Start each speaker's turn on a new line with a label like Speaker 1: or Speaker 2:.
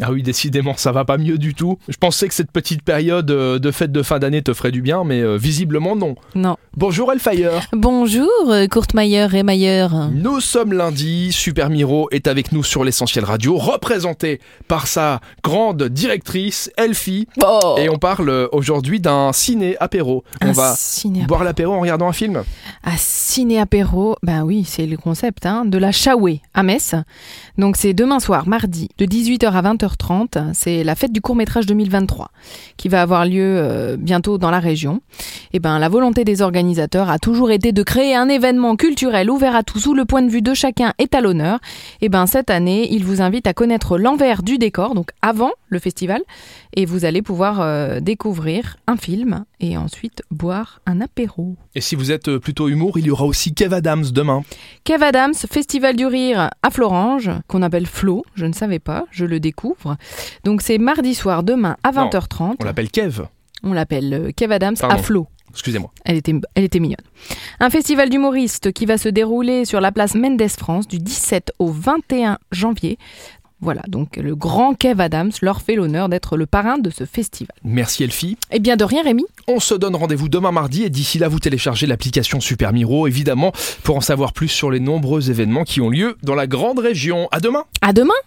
Speaker 1: Ah oui, décidément, ça va pas mieux du tout. Je pensais que cette petite période euh, de fête de fin d'année te ferait du bien, mais euh, visiblement non.
Speaker 2: Non.
Speaker 1: Bonjour Elfire
Speaker 2: Bonjour, Courtmayer et Mayer.
Speaker 1: Nous sommes lundi, Super Miro est avec nous sur l'essentiel radio, représenté par sa grande directrice, Elfie.
Speaker 2: Oh
Speaker 1: Et on parle euh, aujourd'hui d'un ciné-apéro. On
Speaker 2: un
Speaker 1: va
Speaker 2: ciné
Speaker 1: boire l'apéro en regardant un film.
Speaker 2: un ciné-apéro, ben oui, c'est le concept, hein, de la Chaoué à Metz. Donc c'est demain soir, mardi, de 18h à 20h30. C'est la fête du court-métrage 2023 qui va avoir lieu euh, bientôt dans la région. Et ben la volonté des organisateurs a toujours été de créer un événement culturel ouvert à tous où le point de vue de chacun est à l'honneur. Et ben cette année, ils vous invitent à connaître l'envers du décor, donc avant le festival, et vous allez pouvoir euh, découvrir un film et ensuite boire un apéro.
Speaker 1: Et si vous êtes euh, plutôt humour, il y aura aussi Kev Adams demain.
Speaker 2: Kev Adams, Festival du Rire à Florange, qu'on appelle Flo, je ne savais pas, je le découvre. Donc c'est mardi soir, demain à
Speaker 1: Non,
Speaker 2: 20h30.
Speaker 1: On l'appelle Kev,
Speaker 2: On l'appelle euh, Kev Adams à
Speaker 1: Pardon.
Speaker 2: Flo.
Speaker 1: excusez-moi.
Speaker 2: Elle était, elle était mignonne. Un festival d'humoristes qui va se dérouler sur la place Mendès France du 17 au 21 janvier. Voilà, donc le grand Kev Adams leur fait l'honneur d'être le parrain de ce festival.
Speaker 1: Merci Elfie.
Speaker 2: Eh bien, de rien, Rémi.
Speaker 1: On se donne rendez-vous demain mardi et d'ici là vous téléchargez l'application Super Miro évidemment pour en savoir plus sur les nombreux événements qui ont lieu dans la grande région. À demain.
Speaker 2: À demain!